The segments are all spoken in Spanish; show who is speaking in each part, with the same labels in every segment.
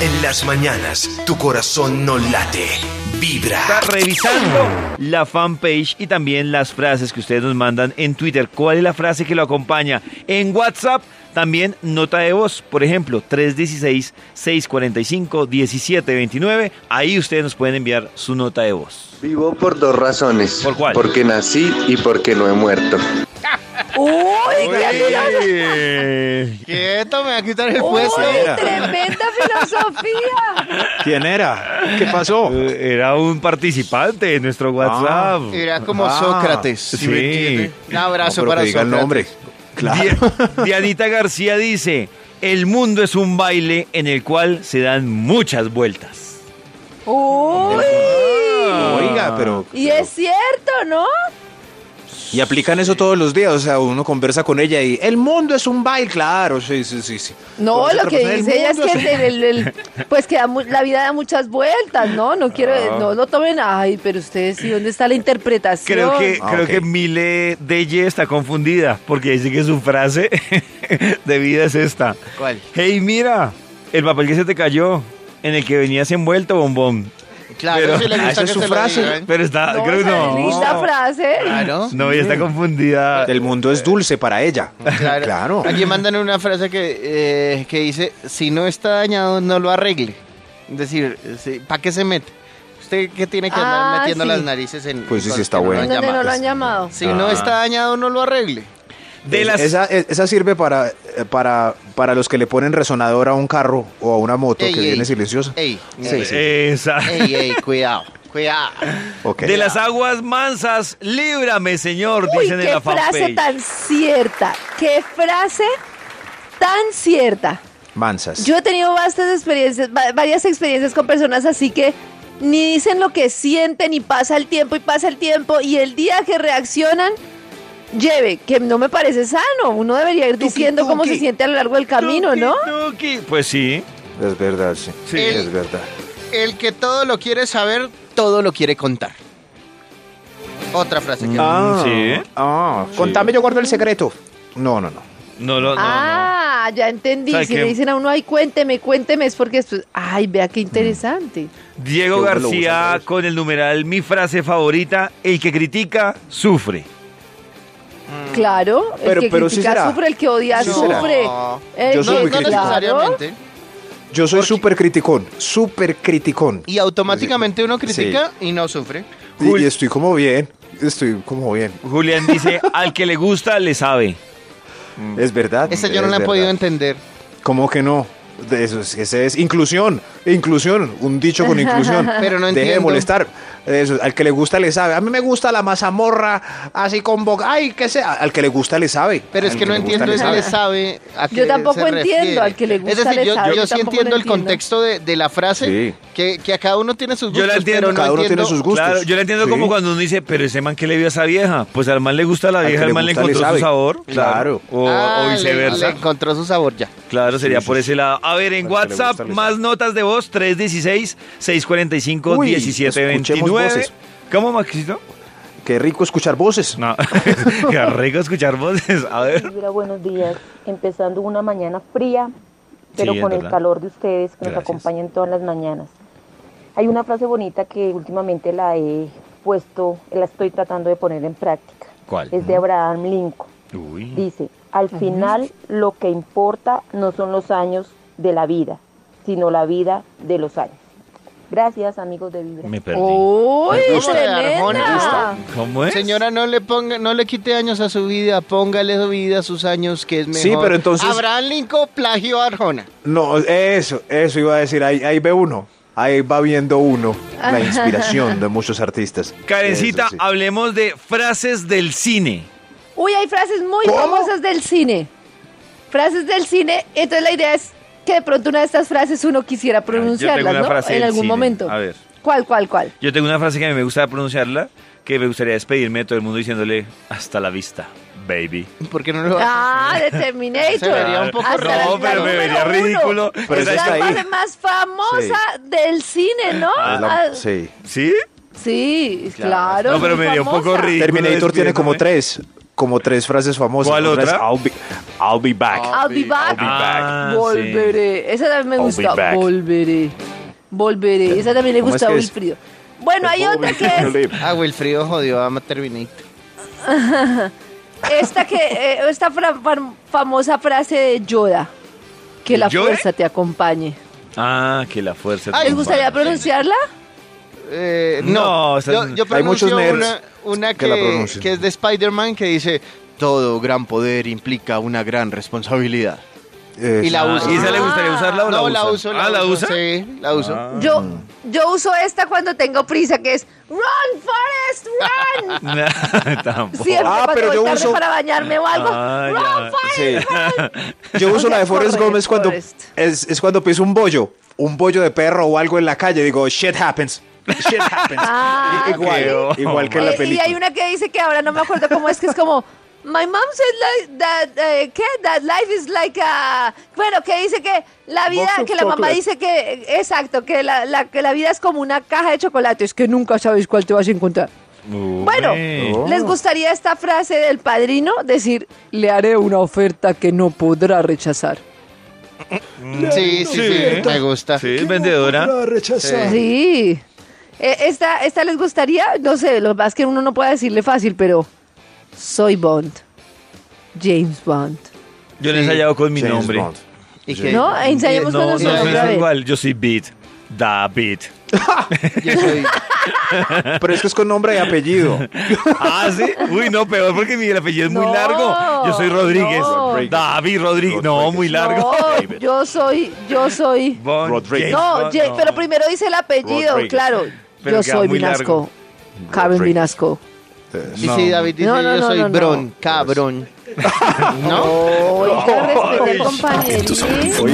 Speaker 1: En las mañanas, tu corazón no late, vibra.
Speaker 2: Está revisando la fanpage y también las frases que ustedes nos mandan en Twitter. ¿Cuál es la frase que lo acompaña? En WhatsApp, también nota de voz, por ejemplo, 316-645-1729. Ahí ustedes nos pueden enviar su nota de voz.
Speaker 3: Vivo por dos razones.
Speaker 2: ¿Por cuál?
Speaker 3: Porque nací y porque no he muerto.
Speaker 4: Uy, qué filósofo.
Speaker 5: Quieto, me va a quitar el puesto.
Speaker 4: Uy, tremenda filosofía.
Speaker 6: ¿Quién era? ¿Qué pasó?
Speaker 2: Oh. Era un participante de nuestro WhatsApp.
Speaker 5: Era como
Speaker 6: Ah,
Speaker 5: Sócrates.
Speaker 2: sí.
Speaker 5: me entiende? Un abrazo
Speaker 6: No, pero
Speaker 5: para
Speaker 6: que diga el
Speaker 5: Sócrates.
Speaker 6: nombre. Claro.
Speaker 2: Di- Dianita García dice, el mundo es un baile en el cual se dan muchas vueltas.
Speaker 4: Uy.
Speaker 6: Oiga, pero.
Speaker 4: Y es cierto, ¿no?
Speaker 6: Y aplican eso todos los días. O sea, uno conversa con ella y. El mundo es un baile, claro. Sí, sí, sí. sí.
Speaker 4: No,
Speaker 6: Conoce
Speaker 4: lo
Speaker 6: otra
Speaker 4: que
Speaker 6: persona, el
Speaker 4: dice ella es
Speaker 6: mundo
Speaker 4: que el- el- el- pues que da mu- la vida da muchas vueltas, ¿no? No quiero, no lo tomen, ay, pero ustedes, ¿y dónde está la interpretación?
Speaker 2: Creo que,
Speaker 6: Ah,
Speaker 2: creo
Speaker 6: ok.
Speaker 2: que Mile Deye está confundida porque dice que su frase de vida es esta.
Speaker 5: ¿Cuál?
Speaker 2: Hey, mira, el papel que se te cayó, en el que venías envuelto, bombón.
Speaker 5: Claro,
Speaker 2: Pero-
Speaker 5: sí le gusta
Speaker 6: Ah, esa
Speaker 5: que
Speaker 6: es su
Speaker 5: se lo ¿eh?
Speaker 6: frase.
Speaker 5: digan.
Speaker 2: Pero está,
Speaker 4: ¿Eh? No,
Speaker 2: creo que
Speaker 4: esa es
Speaker 2: no.
Speaker 4: linda frase.
Speaker 5: Claro.
Speaker 2: No, ella está confundida.
Speaker 6: El mundo es dulce para ella.
Speaker 5: Claro.
Speaker 6: Claro.
Speaker 5: Aquí mandan una frase que, eh, que dice, si no está dañado, no lo arregle. Es decir, ¿para qué se mete? Usted que tiene que andar
Speaker 4: Ah,
Speaker 5: metiendo
Speaker 4: sí.
Speaker 5: las narices en...
Speaker 6: Pues sí,
Speaker 5: cosas
Speaker 6: sí está
Speaker 5: que no lo
Speaker 6: bueno.
Speaker 5: han
Speaker 4: ¿Dónde
Speaker 5: llamado.
Speaker 4: no lo han llamado?
Speaker 5: Si no
Speaker 2: Ah.
Speaker 5: está dañado, no lo arregle.
Speaker 2: De las-
Speaker 6: Esa, es- esa sirve para, eh, para, para los que le ponen resonador a un carro o a una moto
Speaker 5: Ey,
Speaker 6: que
Speaker 5: ey. Eh,
Speaker 6: viene silenciosa.
Speaker 5: Ey,
Speaker 6: Sí, sí.
Speaker 2: Esa.
Speaker 5: ey, ey, cuidado, cuidado.
Speaker 6: Ok.
Speaker 2: De las aguas mansas, líbrame, señor,
Speaker 4: Uy,
Speaker 2: dicen en
Speaker 4: qué
Speaker 2: la
Speaker 4: frase
Speaker 2: fanpage.
Speaker 4: tan cierta, qué frase tan cierta.
Speaker 6: Mansas.
Speaker 4: Yo he tenido vastas experiencias, va- varias experiencias con personas así que ni dicen lo que sienten y pasa el tiempo y pasa el tiempo y el día que reaccionan lleve, que no me parece sano. Uno debería ir diciendo cómo se
Speaker 6: tuki.
Speaker 4: siente a lo largo del camino,
Speaker 2: Tuki,
Speaker 4: ¿no?
Speaker 2: tuki. Pues sí.
Speaker 6: Es verdad, sí.
Speaker 2: Sí.
Speaker 6: Es verdad.
Speaker 5: El que todo lo quiere saber, todo lo quiere contar. Otra frase que...
Speaker 2: sí.
Speaker 6: Ah, Contame, yo guardo el secreto. No, no, no.
Speaker 2: No, lo- no, no.
Speaker 4: ah, ya entendí.
Speaker 2: ¿Sabe
Speaker 4: Si
Speaker 2: qué?
Speaker 4: le dicen a uno, ay, cuénteme, cuénteme, es porque esto... Ay, vea qué interesante.
Speaker 2: Diego
Speaker 6: Que uno lo usa,
Speaker 2: García
Speaker 6: ¿sabes?
Speaker 2: con el numeral, mi frase favorita, el que critica, sufre.
Speaker 4: Claro, el
Speaker 6: Pero-
Speaker 4: que
Speaker 6: pero sí
Speaker 4: critica
Speaker 6: será.
Speaker 4: sufre, el que odia
Speaker 6: Sí será.
Speaker 4: sufre. Eh,
Speaker 5: No.
Speaker 4: El
Speaker 6: Yo
Speaker 4: que-
Speaker 5: No,
Speaker 6: soy muy
Speaker 5: no
Speaker 6: crítico.
Speaker 5: necesariamente.
Speaker 6: Yo soy súper criticón, súper criticón. Y,
Speaker 5: Y automáticamente uno critica y no sufre.
Speaker 2: Jul-
Speaker 6: y estoy como bien, estoy como bien.
Speaker 2: Julián dice, al que le gusta, le sabe.
Speaker 6: Es verdad.
Speaker 5: Esa Mm. yo no
Speaker 6: es
Speaker 5: la he
Speaker 6: verdad.
Speaker 5: podido entender.
Speaker 6: ¿Cómo que no? De eso es, ese es inclusión, inclusión, un dicho con inclusión.
Speaker 5: Pero no
Speaker 6: Deje de
Speaker 5: entiendo.
Speaker 6: molestar. Eso, al que le gusta le sabe. A mí me gusta la mazamorra así con boca. Ay, que sea. Al que le gusta le sabe.
Speaker 5: Pero es
Speaker 6: Al
Speaker 5: que no
Speaker 6: le gusta,
Speaker 5: entiendo ese
Speaker 6: sabe.
Speaker 5: le sabe a qué
Speaker 4: Yo tampoco
Speaker 5: se
Speaker 4: entiendo,
Speaker 5: refiere.
Speaker 4: al que le gusta
Speaker 5: Es decir,
Speaker 4: le
Speaker 5: yo,
Speaker 4: sabe,
Speaker 5: yo
Speaker 4: yo
Speaker 5: sí
Speaker 4: tampoco lo
Speaker 5: entiendo el
Speaker 4: entiendo.
Speaker 5: contexto de, de la frase,
Speaker 6: Sí.
Speaker 5: que, que a cada uno tiene sus gustos.
Speaker 2: Yo la entiendo,
Speaker 5: pero no
Speaker 6: Cada uno tiene
Speaker 5: entiendo-
Speaker 6: sus gustos.
Speaker 2: Claro, yo la entiendo
Speaker 6: Sí.
Speaker 2: como cuando uno dice, pero ese man que le vio a esa vieja, pues al man le gusta la
Speaker 6: Al
Speaker 2: vieja,
Speaker 6: que
Speaker 2: al,
Speaker 6: le
Speaker 2: man le
Speaker 6: gusta, le
Speaker 2: encontró
Speaker 6: sabe.
Speaker 2: su sabor.
Speaker 6: Claro.
Speaker 2: O,
Speaker 5: Ah,
Speaker 2: o
Speaker 5: le-
Speaker 2: viceversa.
Speaker 5: le encontró su sabor ya.
Speaker 2: Claro, sería
Speaker 6: sí,
Speaker 2: por
Speaker 6: sí.
Speaker 2: ese lado. A ver, en
Speaker 6: Al que le gusta,
Speaker 2: WhatsApp,
Speaker 6: le sabe.
Speaker 2: más notas de voz, 316-645-1729.
Speaker 6: escuchemos voces.
Speaker 2: ¿Cómo, Maxito?
Speaker 6: Qué rico escuchar voces.
Speaker 2: No, qué rico escuchar voces. A ver.
Speaker 7: Vibra, buenos días. Empezando una mañana fría, pero
Speaker 2: Sí, es
Speaker 7: con el
Speaker 2: verdad.
Speaker 7: calor de ustedes que
Speaker 2: Gracias.
Speaker 7: nos acompañan todas las mañanas. Hay una frase bonita que últimamente la he puesto, la estoy tratando de poner en práctica.
Speaker 2: ¿Cuál?
Speaker 7: Es de Abraham Lincoln.
Speaker 2: Uy.
Speaker 7: Dice, al final lo que importa no son los años de la vida, sino la vida de los años. Gracias amigos de Vibra.
Speaker 2: Me perdí.
Speaker 4: Uy,
Speaker 5: Me gusta, Arjona, me
Speaker 4: tremenda.
Speaker 5: gusta.
Speaker 2: ¿Cómo es?
Speaker 5: Oh. Señora, no le ponga, no le quite años a su vida, póngale su vida a sus años, que es mejor.
Speaker 6: Sí, pero entonces-
Speaker 5: Abraham Lincoln plagio a Arjona.
Speaker 6: No, eso, eso iba a decir. Ahí, ahí ve uno. Ahí va viendo uno la inspiración de muchos artistas.
Speaker 2: Karencita,
Speaker 6: Eso sí.
Speaker 2: hablemos de frases del cine.
Speaker 4: Uy, hay frases muy famosas del cine. Frases del cine. Entonces la idea es que de pronto una de estas frases uno quisiera pronunciarlas,
Speaker 2: una
Speaker 4: ¿no?
Speaker 2: frase
Speaker 4: en
Speaker 2: del
Speaker 4: algún
Speaker 2: cine.
Speaker 4: momento.
Speaker 2: A ver.
Speaker 4: ¿Cuál, cuál, cuál?
Speaker 2: Yo tengo una frase que a mí me gusta pronunciarla, que me gustaría despedirme de todo el mundo diciéndole hasta la vista, baby.
Speaker 5: ¿Por qué no lo
Speaker 4: Ah, de Terminator.
Speaker 5: Se vería un poco
Speaker 4: Hasta la
Speaker 2: No,
Speaker 4: vida
Speaker 2: pero me
Speaker 4: número
Speaker 2: vería
Speaker 4: uno.
Speaker 2: ridículo.
Speaker 6: Pero
Speaker 4: es
Speaker 6: esa
Speaker 4: la
Speaker 6: está ahí.
Speaker 4: frase más famosa del cine, ¿no?
Speaker 6: Es la-
Speaker 4: Ah, sí,
Speaker 6: sí.
Speaker 2: ¿Sí?
Speaker 4: claro.
Speaker 2: No, pero
Speaker 4: muy
Speaker 2: me dio un poco
Speaker 4: famosa.
Speaker 2: ridículo.
Speaker 6: Terminator tiene como
Speaker 2: despidiéndome.
Speaker 6: tres. como tres frases famosas.
Speaker 2: ¿Cuál
Speaker 6: Una es,
Speaker 2: otra?
Speaker 6: I'll be, I'll be back.
Speaker 4: I'll be back.
Speaker 2: Ah, sí.
Speaker 4: Volveré. Esa también me
Speaker 6: I'll be
Speaker 4: gusta.
Speaker 6: back.
Speaker 4: Volveré. Volveré. Esa también le
Speaker 6: ¿Cómo es
Speaker 4: gusta a
Speaker 6: que es?
Speaker 4: Wilfrido. Bueno, hay otra que es
Speaker 5: Ah, Wilfrido jodió a Terminator.
Speaker 4: esta que eh, esta fra- fam- famosa frase de Yoda. Que la
Speaker 2: ¿Yoda?
Speaker 4: fuerza te acompañe.
Speaker 2: Ah, que la fuerza.
Speaker 5: Ay,
Speaker 4: ¿Les
Speaker 2: triunfa.
Speaker 4: gustaría pronunciarla?
Speaker 5: Eh,
Speaker 2: No,
Speaker 5: no,
Speaker 2: o sea,
Speaker 5: yo, yo
Speaker 6: hay muchos
Speaker 5: pronuncio
Speaker 6: nerds
Speaker 5: una, una
Speaker 6: que la
Speaker 5: que,
Speaker 6: pronuncian.
Speaker 5: que es de Spider-Man que dice, todo gran poder implica una gran responsabilidad.
Speaker 6: Eso.
Speaker 5: Y la
Speaker 2: Ah,
Speaker 5: uso.
Speaker 2: ¿Y esa le gustaría usarla o la
Speaker 5: no,
Speaker 2: usa?
Speaker 5: la uso.
Speaker 2: ah, la
Speaker 5: uso,
Speaker 2: usa. Ah.
Speaker 5: Sí, la uso.
Speaker 6: Ah.
Speaker 4: Yo, yo uso esta cuando tengo prisa, que es Run, Forest, run.
Speaker 2: Tampoco.
Speaker 4: Siempre
Speaker 6: Ah,
Speaker 4: cuando
Speaker 6: pero
Speaker 4: voy
Speaker 6: yo
Speaker 4: tarde
Speaker 6: uso-
Speaker 4: para bañarme o algo.
Speaker 2: Ah,
Speaker 4: ¡Run,
Speaker 2: ya.
Speaker 4: Forest!
Speaker 6: Sí. Yo uso la de Forrest
Speaker 4: Forrest,
Speaker 6: Gómez cuando
Speaker 4: Forrest.
Speaker 6: es, es cuando piso un bollo, un bollo de perro o algo en la calle. Digo, shit happens. Shit happens.
Speaker 4: Ah,
Speaker 6: igual,
Speaker 2: ok.
Speaker 6: igual que en la
Speaker 4: Eh, y
Speaker 6: película.
Speaker 4: hay una que dice que ahora no me acuerdo cómo es, que es como, my mom said like that, eh, ¿qué? That life is like a... Bueno, que dice que la vida,
Speaker 6: Box of
Speaker 4: que la mamá
Speaker 6: chocolate.
Speaker 4: dice que, eh, exacto, que la, la- que la vida es como una caja de chocolates, que nunca sabes cuál te vas a encontrar. Bueno,
Speaker 6: Oh.
Speaker 2: Uy.
Speaker 4: ¿les gustaría esta frase del padrino? Decir, le haré una oferta que no podrá rechazar.
Speaker 5: Sí, sí, sí, me gusta.
Speaker 2: ¿eh? Sí, es vendedora.
Speaker 4: Pues Sí. Eh, esta, esta les gustaría, no sé, lo más que uno no puede decirle fácil, pero soy Bond. James Bond.
Speaker 2: Yo les he
Speaker 5: Sí.
Speaker 2: hallado con mi
Speaker 6: James
Speaker 2: nombre.
Speaker 6: Bond.
Speaker 5: Y
Speaker 6: Sí.
Speaker 5: que
Speaker 4: ¿No? Ensayemos con
Speaker 2: no, no,
Speaker 4: nosotros
Speaker 2: no,
Speaker 4: otra
Speaker 2: es
Speaker 4: vez.
Speaker 2: igual. Yo soy Beat. David.
Speaker 5: yo soy...
Speaker 6: Pero es que es con nombre y apellido.
Speaker 2: Ah, sí. Uy, no, peor porque mi apellido es muy
Speaker 4: No,
Speaker 2: largo. Yo soy Rodríguez.
Speaker 4: no.
Speaker 2: David Rodríguez. No, muy largo.
Speaker 4: No, yo soy, yo soy.
Speaker 2: Bond, James
Speaker 6: Rodríguez.
Speaker 4: No,
Speaker 2: Bond,
Speaker 4: Jay-
Speaker 2: no.
Speaker 4: pero primero dice el apellido,
Speaker 6: Rodríguez.
Speaker 4: claro.
Speaker 2: Pero
Speaker 4: yo
Speaker 2: queda
Speaker 4: soy
Speaker 2: muy
Speaker 4: Vinasco.
Speaker 2: largo.
Speaker 4: Carmen
Speaker 6: Rodríguez.
Speaker 4: Vinasco.
Speaker 5: Y si David dice,
Speaker 4: No, no, no,
Speaker 5: yo soy
Speaker 4: no, no.
Speaker 5: Bron, cabrón. ¿No?
Speaker 4: Oiga, respete el
Speaker 6: Oiga.
Speaker 4: compañerismo.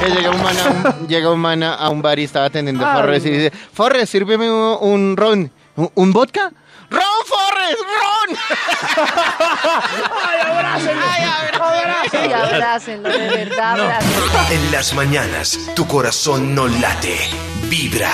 Speaker 5: Que llega un man a un, llega un, man a- a un bar y estaba atendiendo a
Speaker 4: Ay,
Speaker 5: Forrest y
Speaker 4: no.
Speaker 5: dice, Forrest, sírveme un, un ron. ¿Un, un vodka? ¡Ron, Forrest, ron!
Speaker 4: Sí, abrácenlo, de verdad, abrácenlo.
Speaker 1: En las mañanas, tu corazón no late, vibra.